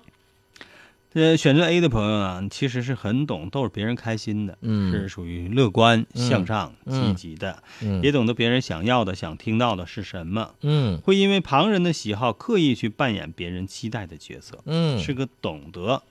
呃，选择 A 的朋友呢，其实是很懂逗别人开心的，嗯是属于乐观、嗯向上、积嗯极的，嗯也懂得别人想要的、想听到的是什么，嗯会因为旁人的喜好刻意去扮演别人期待的角色。嗯是个懂得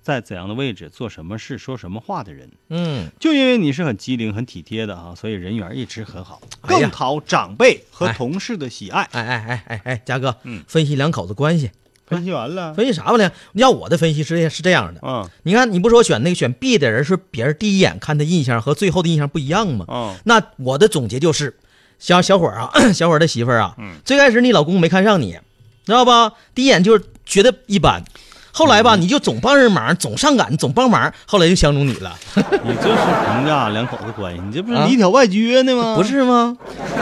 在怎样的位置做什么事、说什么话的人。嗯，就因为你是很机灵、很体贴的啊，所以人缘一直很好，哎呀更讨长辈和哎同事的喜爱。哎哎哎哎哎，嘉哥，嗯分析两口子关系，分析完了，分析啥吧呢？要我的分析是这是这样的，嗯你看，你不说选那个选 B 的人是别人第一眼看他印象和最后的印象不一样吗？嗯那我的总结就是，小小伙儿啊， <coughs> 小伙儿的媳妇儿啊，嗯最开始你老公没看上你，知道吧？第一眼就是觉得一般，后来嗯吧，你就总帮人忙，总上赶，总帮忙，后来就相中你了，你这是评价两口子关系，你这不是嗯啊里挑外撅呢吗？不，是吗？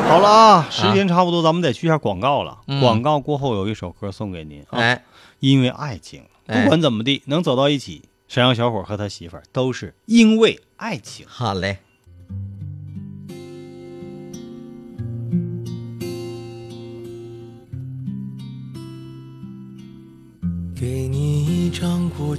好了啊，时间差不多，咱们得去一下广告了。广告过后有一首歌送给您啊，嗯哎，因为爱情，哎不管怎么地，能走到一起，沈阳小伙和他媳妇儿都是因为爱情。好嘞，给你一张过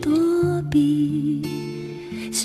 躲避。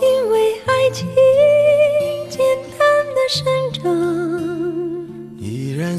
因为爱情简单的生长，依然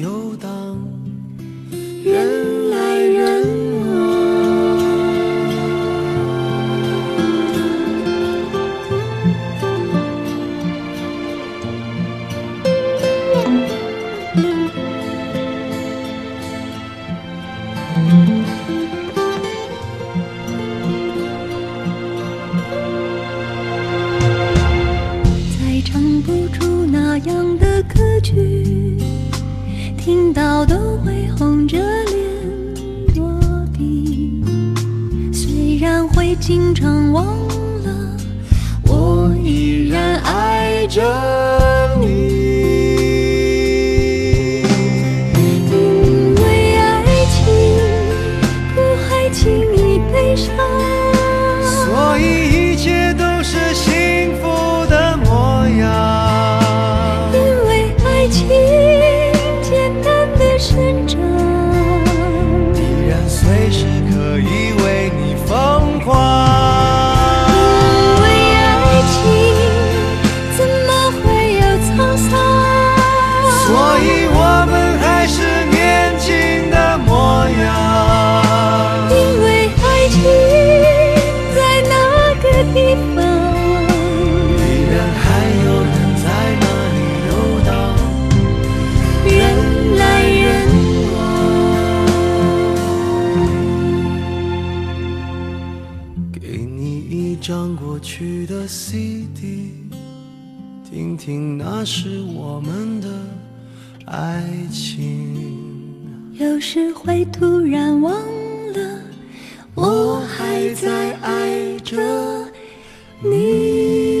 游荡，人来人往。再唱不出那样的歌曲，听到都会红着脸躲避。虽然会经常忘了，我依然爱着你。因为爱情不会轻易悲伤。所以一切都是幸福的模样。因为爱情简单的生长，依然随时可以为你疯狂。因为爱情怎么会有沧桑？所以我们还是年轻的模样。因为爱情在那个地方，依然还有人在那里游荡，人来人往。给你一张过去的 CD，听听那是我们的爱情。有时会突然忘了，我还在爱着你。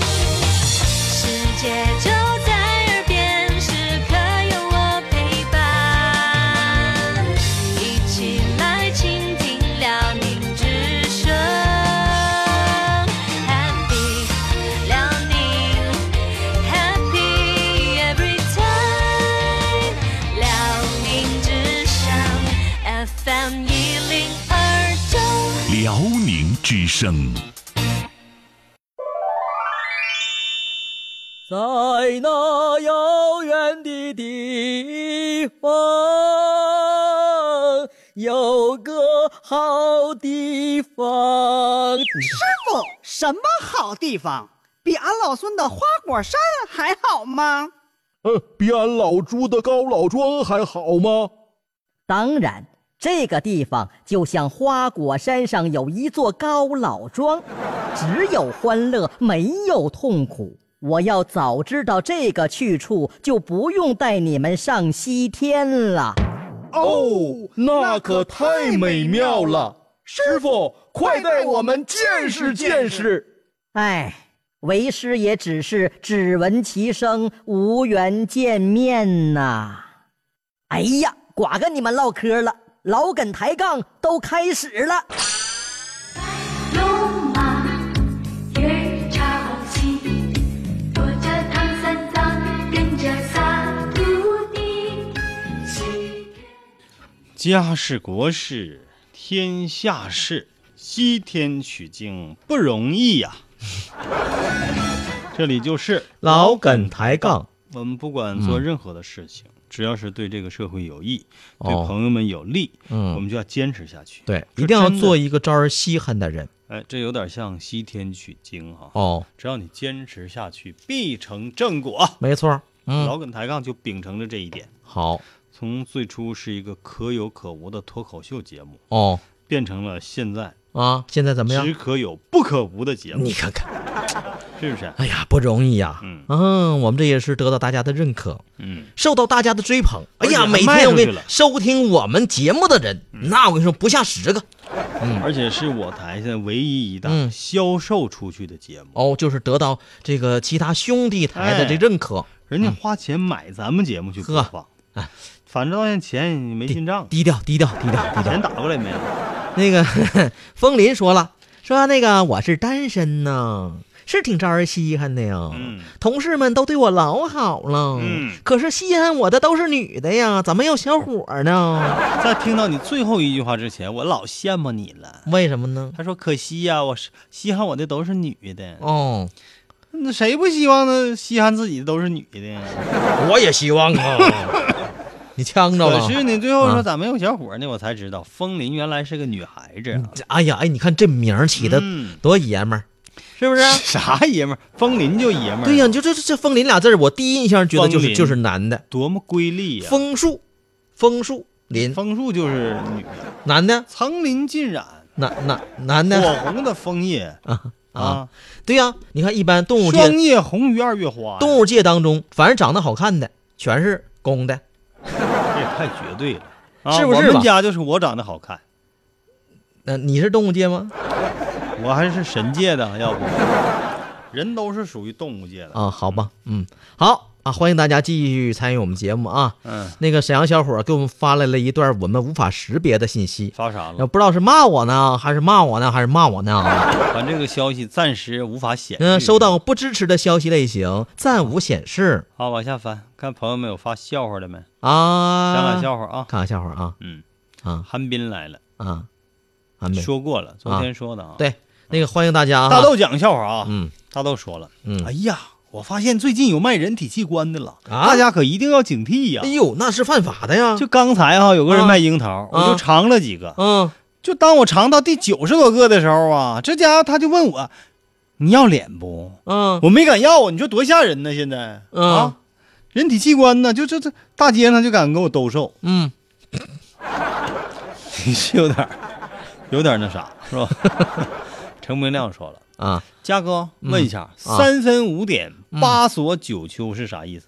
世界就在耳边，时刻有我陪伴。一起来倾听辽宁之声，Happy 辽宁，Happy every time。辽宁之声 FM 一零二九。辽宁之声。在那遥远的地方，有个好地方。不，什么好地方？比俺老孙的花果山还好吗？呃，比俺老朱的高老庄还好吗？当然，这个地方就像花果山上有一座高老庄，只有欢乐，没有痛苦。我要早知道这个去处，就不用带你们上西天了。哦，那可太美妙了！师傅，快带我们见识见识。哎，为师也只是只闻其声，无缘见面呐、哎呀，寡跟你们唠嗑了，老梗抬杠都开始了。龙马月朝西，驮着唐三藏，跟着仨徒弟。西天家事国事天下事，西天取经不容易呀、 <laughs> 这里就是老梗抬杠，我们不管做嗯任何的事情，只要是对这个社会有益，哦对朋友们有利，嗯我们就要坚持下去。对，说一定要真的做一个招人稀罕的人哎，这有点像西天取经哈、哦，只要你坚持下去，必成正果。没错儿，老嗯，梗抬杠就秉承着这一点，好从最初是一个可有可无的脱口秀节目，哦变成了现在啊，现在怎么样只？可有不可无的节目你，看看，是不是？哎呀，不容易呀、嗯我们这也是得到大家的认可，嗯，受到大家的追捧。哎而且呀，还每卖天我出跟去你了嗯收听我们节目的人，那我跟你说不下十个而且是我台现在唯一一档嗯销售出去的节目，哦，就是得到这个其他兄弟台哎的这认可，人家花钱买咱们节目去播嗯呵啊放，反正到现在钱也没进账，低调低啊调低调低调钱。打过来没有？那个 <laughs> 风林说了，说那个我是单身呢，是挺招人稀罕的呀。嗯同事们都对我老好了，嗯可是稀罕我的都是女的呀，怎么有小伙儿呢？在听到你最后一句话之前，我老羡慕你了。为什么呢？他说：“可惜呀、我是稀罕我的都是女的，哦，那谁不希望呢？稀罕自己的都是女的呀？我也希望啊。 <laughs> 你呛着可了。是你最后说啊咋没有小伙呢？我才知道风铃原来是个女孩子啊，这哎呀，哎，你看这名儿起的嗯多爷们儿，是不是？啥爷们儿？风铃就爷们儿，对呀、你就这这这风林俩字儿，我第一印象觉得就风是林就是男的，多么瑰丽呀、枫树，枫树林，枫树就是女的，男的，层林尽染，男男火男的红的枫叶啊啊，啊，对呀、你看一般动物界霜叶红于二月花呀，动物界当中，凡是长得好看的，全是公的。这也太绝对了，啊是不是我们吧家就是我长得好看，那、你是动物界吗？我还是神界的，要不人都是属于动物界的。啊，好吧，嗯，好啊，欢迎大家继续参与我们节目啊。嗯，那个沈阳小伙给我们发来了一段我们无法识别的信息，发啥呃了？不知道是骂我呢，还是骂我呢，还是骂我呢？反正这个消息暂时无法显示。嗯，收到不支持的消息类型，暂无显示好，往下翻，看朋友们有发笑话的没？啊。讲俩笑话啊。看看笑话啊嗯，啊韩冰来了，啊，啊没说过了，昨天说的啊。，对，那个欢迎大家啊。大豆讲笑话啊。嗯，大豆说了，嗯哎呀，我发现最近有卖人体器官的了，啊大家可一定要警惕呀哎。啊呦，那是犯法的呀。就刚才哈，有个人卖樱桃，我就尝了几个。嗯，就当我尝到第九十多个的时候啊，这家伙他就问我，你要脸不？嗯， <laughs> 我没敢要啊，你说多吓人呢！现在、嗯啊，人体器官呢，就这这大街上就敢给我兜售，嗯，是有点儿有点儿那啥，是吧？ <laughs> 程明亮说了，啊，嘉哥问一下，啊嗯三分五点八索九丘是啥意思？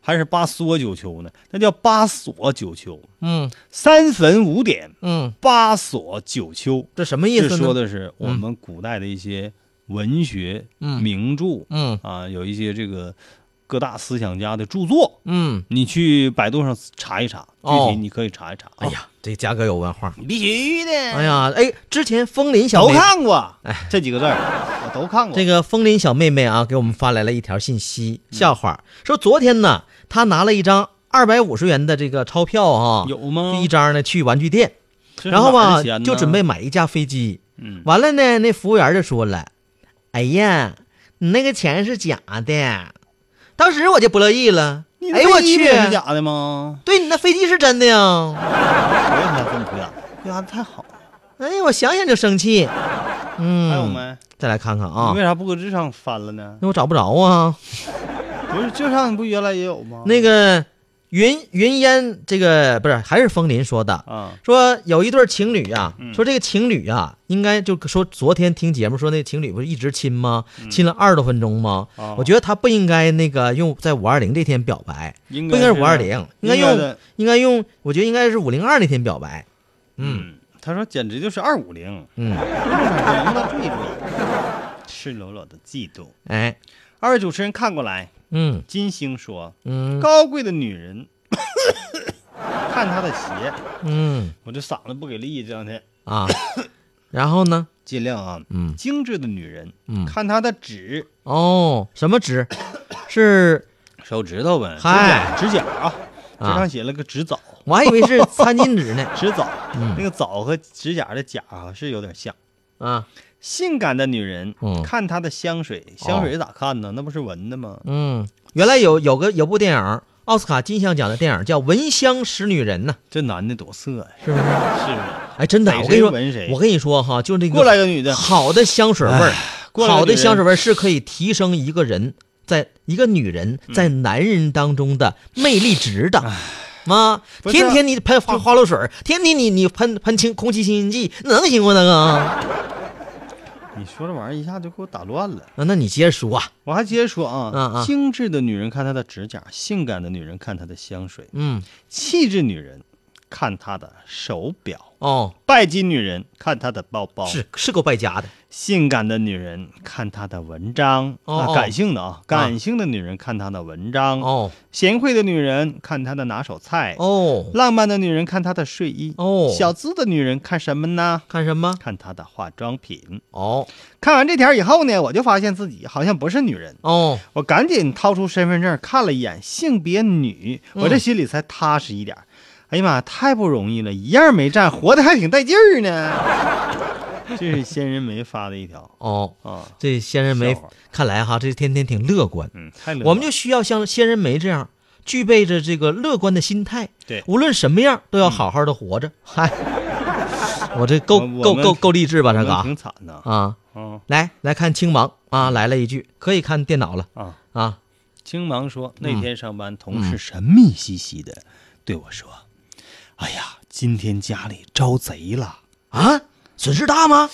还是八索九丘呢？那叫八索九丘，嗯三分五点嗯，八索九丘，这什么意这思呢？说的是我们古代的一些文学嗯名著嗯啊，有一些这个各大思想家的著作，嗯，你去百度上查一查，具哦体你可以查一查。啊哎，呀，这嘉哥有文化。必须的，哎呀，哎，之前风林小都妹，看过这几个字儿，我都看过。哎这个风林小妹妹啊，给我们发来了一条信息，嗯笑话，说昨天呢，她拿了一张二百五十元的这个钞票啊，有吗就一张呢去玩具店，这是然哪后儿吧的钱呢就准备，买一架飞机，嗯，完了呢，那服务员就说了：“哎呀，你那个钱是假的。”当时我就不乐意了，你那哎呦我飞机去不，是假的吗？对你那飞机是真的呀。我也才分不假，不假的太好了。哎哎呀，我想想就生气。嗯，还有没？再来看看啊你为，啥不搁这上翻了呢？那我找不着啊。不是这上不原来也有吗？那个云云烟，这个不是还是风林说的，啊，说有一对情侣啊，嗯说这个情侣啊，应该就说昨天听节目说那情侣不是一直亲吗？亲了二十多分钟吗？嗯哦我觉得他不应该那个用在五二零这天表白，应不该应该是五二，零，应该应该用嗯的应该用，我觉得应该是五零二那天表白。嗯嗯，他说简直就是二五零，嗯，能不能注意注意？ <laughs> 赤裸裸的嫉妒。哎，二位主持人看过来，嗯金星说，嗯高贵的女人， <coughs> 看她的鞋，嗯我这嗓子不给力，这两天啊，然后呢？尽量啊。嗯精致的女人，嗯看她的指，哦，什么指？是手指头呗，嗨指甲，指甲啊，这啊上写了个指枣，我还以为是餐巾纸呢纸枣，那个枣和指甲的甲啊是有点像啊。性感的女人，嗯看她的香水，香水咋看呢？那不是闻的吗？嗯，原来有有个有部电影，奥斯卡金像奖的电影叫《闻香识女人》呢，这男的多色呀、是不是？是不哎，真的，逮我跟你谁说闻谁，我跟你说哈，就这是？个过来个女的，哎好的香水味儿，过来个好女的人香水味儿是可以提升一个人在一个女人嗯在男人当中的魅力值的。妈，哎不是天天你喷花花露水儿，天天你你喷喷清空气清新剂，能行吗？那个哎啊，你说这玩意儿一下就给我打乱了。啊那你接着说啊，我还接着说啊，嗯嗯精致的女人看她的指甲，性感的女人看她的香水，嗯，气质女人看她的手表，哦，拜金女人看她的包包，是是够败家的，性感的女人看她的文章，哦啊，感性的啊，感性的女人看她的文章，哦贤惠的女人看她的拿手菜，哦，浪漫的女人看她的睡衣，哦小资的女人看什么呢？看什么？看她的化妆品。哦看完这条以后呢，我就发现自己好像不是女人，哦，我赶紧掏出身份证看了一眼，性别女，我这心里才踏实一点。哎呀妈，太不容易了，一样没占，活得还挺带劲儿呢。 <laughs> 这是仙人梅发的一条哦，啊，这仙人梅笑话，看来哈，这天天挺乐观。嗯，太冷了我们就需要像仙人梅这样，具备着这个乐观的心态。对嗯无论什么样，都要好好的活着。嗨，我这够我们够够够励志吧？我这们个啊挺惨的啊，啊来来看青芒啊，来了一句，可以看电脑了啊！啊。青芒说，那天上班，同事神秘兮兮的对我说：“哎呀，今天家里招贼了，啊，损失大吗？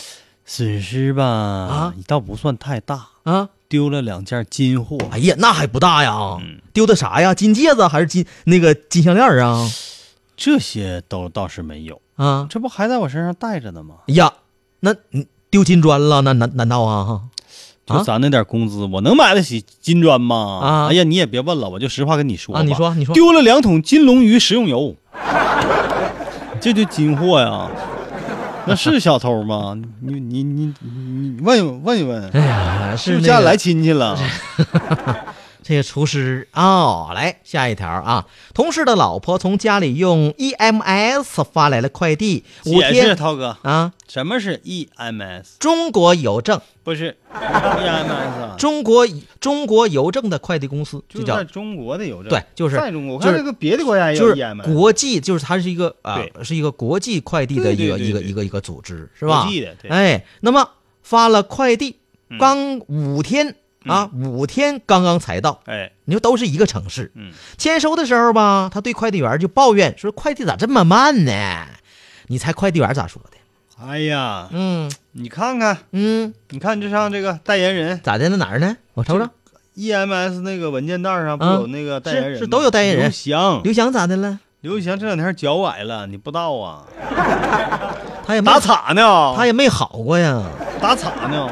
损失吧啊倒不算太大，啊，丢了两件金货。哎呀，那还不大呀，嗯丢的啥呀？金戒指还是金那个金项链啊？这些都倒是没有，啊，这不还在我身上带着呢吗？哎呀，那你丢金砖了？那难难道啊？啊就咱那点工资，我能买得起金砖吗？啊哎呀，你也别问了，我就实话跟你说吧啊，你说，你说，丢了两桶金龙鱼食用油，这就金货呀？那是小偷吗？你你你你你问一问问一问，哎呀，是不是那是家个哎来亲戚了？这个厨师哦，来下一条啊！同事的老婆从家里用 EMS 发来了快递，五解释天涛哥，啊，什么是 EMS？中国邮政，不是 EMS，啊中国中国邮政的快递公司就 <laughs> 就是在叫中国的邮政，对就是在中国。我就是看那个别的国家也就有 E 是 EMS，国际，就是它是一个啊、对是一个国际快递的一个对对对一个对一个一个组织，是吧国际的？对哎，那么发了快递，嗯刚五天、啊，五天刚刚才到，哎，你说都是一个城市，嗯，签收的时候吧，他对快递员就抱怨说：“快递咋这么慢呢？”你猜快递员咋说的？哎呀，嗯你看看，嗯，你看这上这个代言人咋的？那哪儿呢？我瞅瞅， EMS 那个文件袋上不啊有那个代言人吗是是都有代言人刘翔，刘翔咋的了？刘翔这两天脚崴了，你不知道啊？他也没打岔呢，他也没好过呀。打岔呢，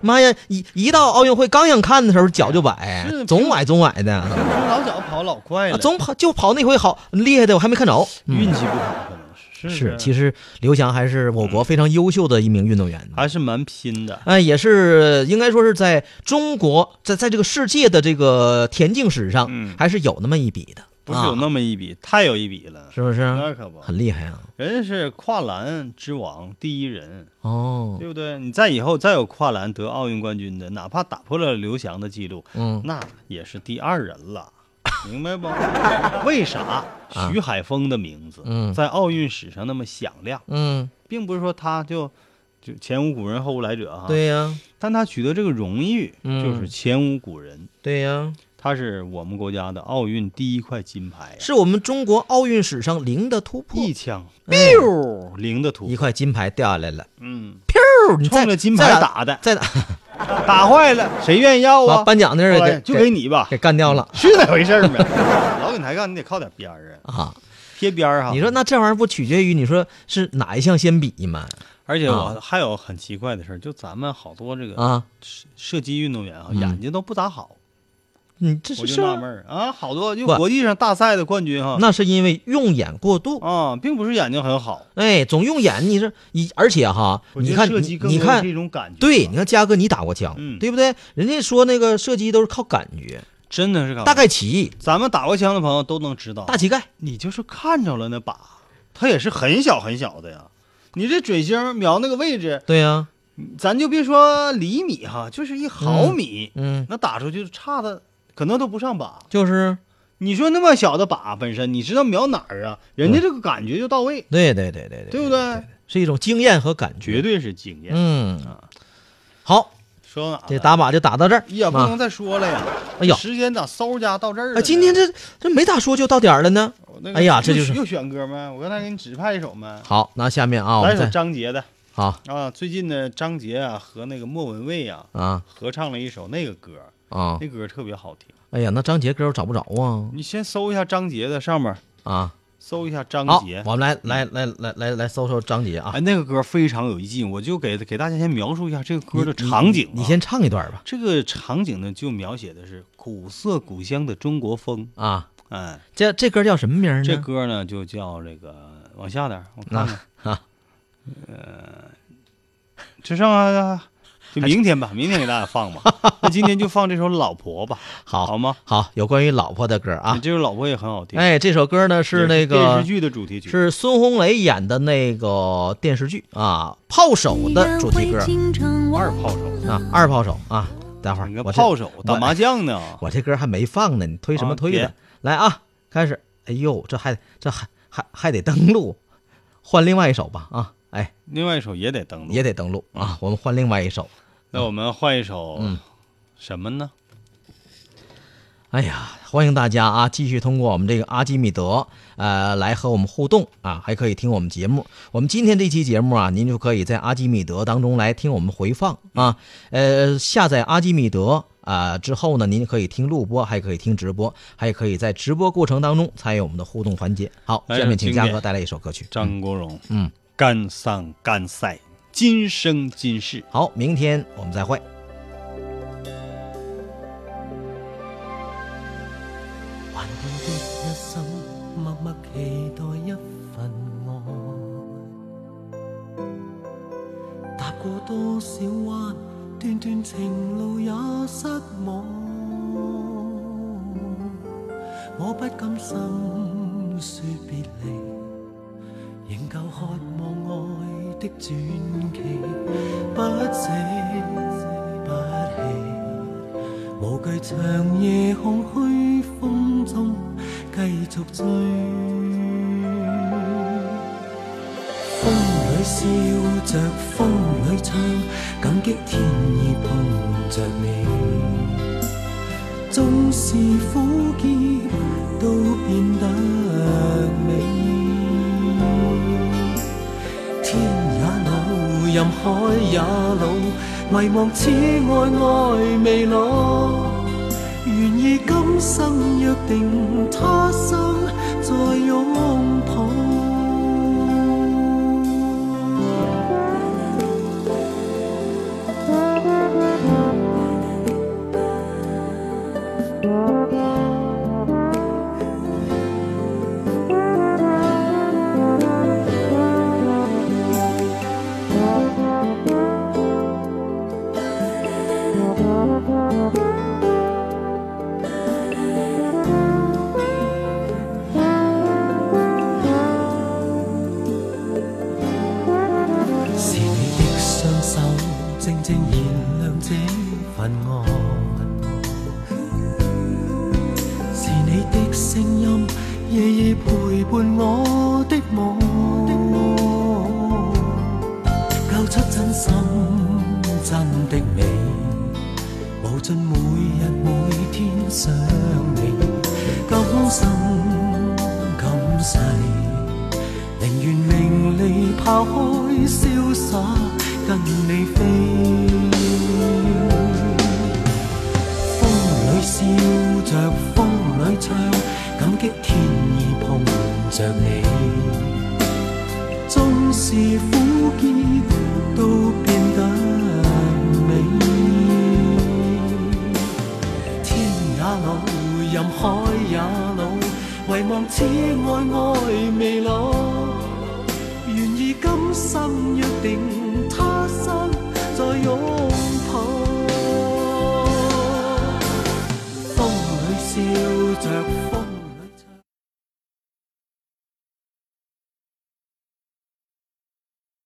妈呀，一一到奥运会刚想看的时候脚就崴，是总崴总崴的，这老脚跑老快了，总跑就跑那回好厉害的，我还没看着。嗯运气不好，可能是嗯是，其实实刘翔还是我国非常优秀的一名运动员。还是蛮拼的。哎，也是应该说是在中国，在在这个世界的这个田径史上，嗯还是有那么一笔的，不是有那么一笔，太有一笔了，啊是不那是？可不，很厉害啊！人家是跨栏之王，第一人，哦，对不对？你再以后再有跨栏得奥运冠军的，哪怕打破了刘翔的记录，嗯，那也是第二人 <laughs> 了，明白不？为啥徐海峰的名字嗯在奥运史上那么响亮，嗯，并不是说他就就前无古人后无来者啊，，对呀、但他取得这个荣誉嗯就是前无古人，对呀、他是我们国家的奥运第一块金牌啊，是我们中国奥运史上零的突破，一枪 biu 零的突哎一，块金牌掉下来了，嗯，噗！你再冲着金牌再打的， <laughs> 再打，打坏了谁愿意要把啊？颁奖的人后来给就给你吧给，干掉了 <laughs> 是那回事儿吗？老给抬杠，你得靠点边儿啊，啊！贴边儿哈。你说那这玩意儿不取决于你说是哪一项先比吗？而且啊我还有很奇怪的事儿，就咱们好多这个啊，射射击运动员啊，嗯眼睛都不咋好，你这我就是是纳闷儿啊，好多就不国际上大赛的冠军哈，那是因为用眼过度。啊，并不是眼睛很好。哎，总用眼，你是一，而且哈，我觉你得看射击你更你多看是一，种感觉，啊对，你看嘉哥，你打过枪，嗯对不对？人家说那个射击都是靠感觉，真的是大概起，咱们打过枪的朋友都能知道，大乞丐，你就是看着了那靶，它也是很小很小的呀。你这准星瞄那个位置，对呀、咱就别说厘米哈，就是一毫米，嗯，那打出去差的可能都不上靶。就是，你说那么小的靶本身，你知道瞄哪儿啊？人家这个感觉就到位，对对对嗯对对，对不啊对？是一种经验和感觉，绝对是经验。嗯，好，说到哪儿了？这打靶就打到这儿，哎呀，不能啊再说了呀！哎呀时间咋嗖家到这儿了呢？哎，今天这这没咋说就到点儿了呢，我哦那个哎呀，这又就是又选歌吗？我刚才给你指派一首吗？好，那下面啊，我来们一首再张杰的好啊，最近呢，张杰啊和那个莫文蔚啊啊合唱了一首那个歌，啊，那歌特别好听。哎呀，那张杰歌我找不着啊你先搜一下张杰的，上面啊，搜一下张好杰，。我们来来来来来来搜搜张杰啊哎，，那个歌非常有意境，我就给给大家先描述一下这个歌的你场景啊、你你先唱一段吧这个场景呢，就描写的是古色古香的中国风。啊，哎，这这歌叫什么名儿呢？这歌呢就叫这个往下点儿，我看看啊啊，就剩下啊就明天吧，明天给大家放 <laughs> 吧。那今天就放这首《老婆》吧，好好吗？好，有关于老婆的歌啊，这首《老婆》也很好听，哎，这首歌呢是也那电个视剧的主题曲，是孙红雷演的那个电视剧啊，《炮手》的主题歌二炮手，啊，《二炮手》啊，待会儿你个我这炮手打我麻将呢，我这歌还没放呢，你推什么啊推别的？来啊，开始。哎呦，这还这还还还得登录，换另外一首吧啊！哎，另外一首也得登录也。得登录啊，我们换另外一首。那我们换一首嗯什么呢？哎呀，欢迎大家啊，继续通过我们这个阿基米德呃来和我们互动啊，还可以听我们节目。我们今天这期节目啊，您就可以在阿基米德当中来听我们回放啊，呃，下载阿基米德。啊、之后呢，您可以听录播，还可以听直播，还可以在直播过程当中参与我们的互动环节。好，哎下面请经典嘉哥带来一首歌曲。张国荣，嗯，干丧干赛，今生今世。好，明天我们再会。顽固的一生，默默期待一份爱。踏过多少弯，段段情路也失望。我不甘心说别离，仍旧渴望爱的传奇，不死不弃。无惧长夜空虚风中继续追。风里笑着，风里唱，感激天意碰着你。纵是苦涩，都变得美。天也老，任海也老，遗忘此爱爱未老。愿意今生约定他生再拥抱。是你的雙手，靜靜燃亮這份愛。是你的聲音，夜夜陪伴我的夢。交出真心，真的美，無盡每日每天想你，今生今世。寧願名利拋開瀟灑，跟你飛。風裏笑着，風裏唱，感激天意碰着你。縱是苦澀，都變得美。天也老，任海也老，遺忘此愛愛未老。願意今生約定他生再擁抱。風裏笑。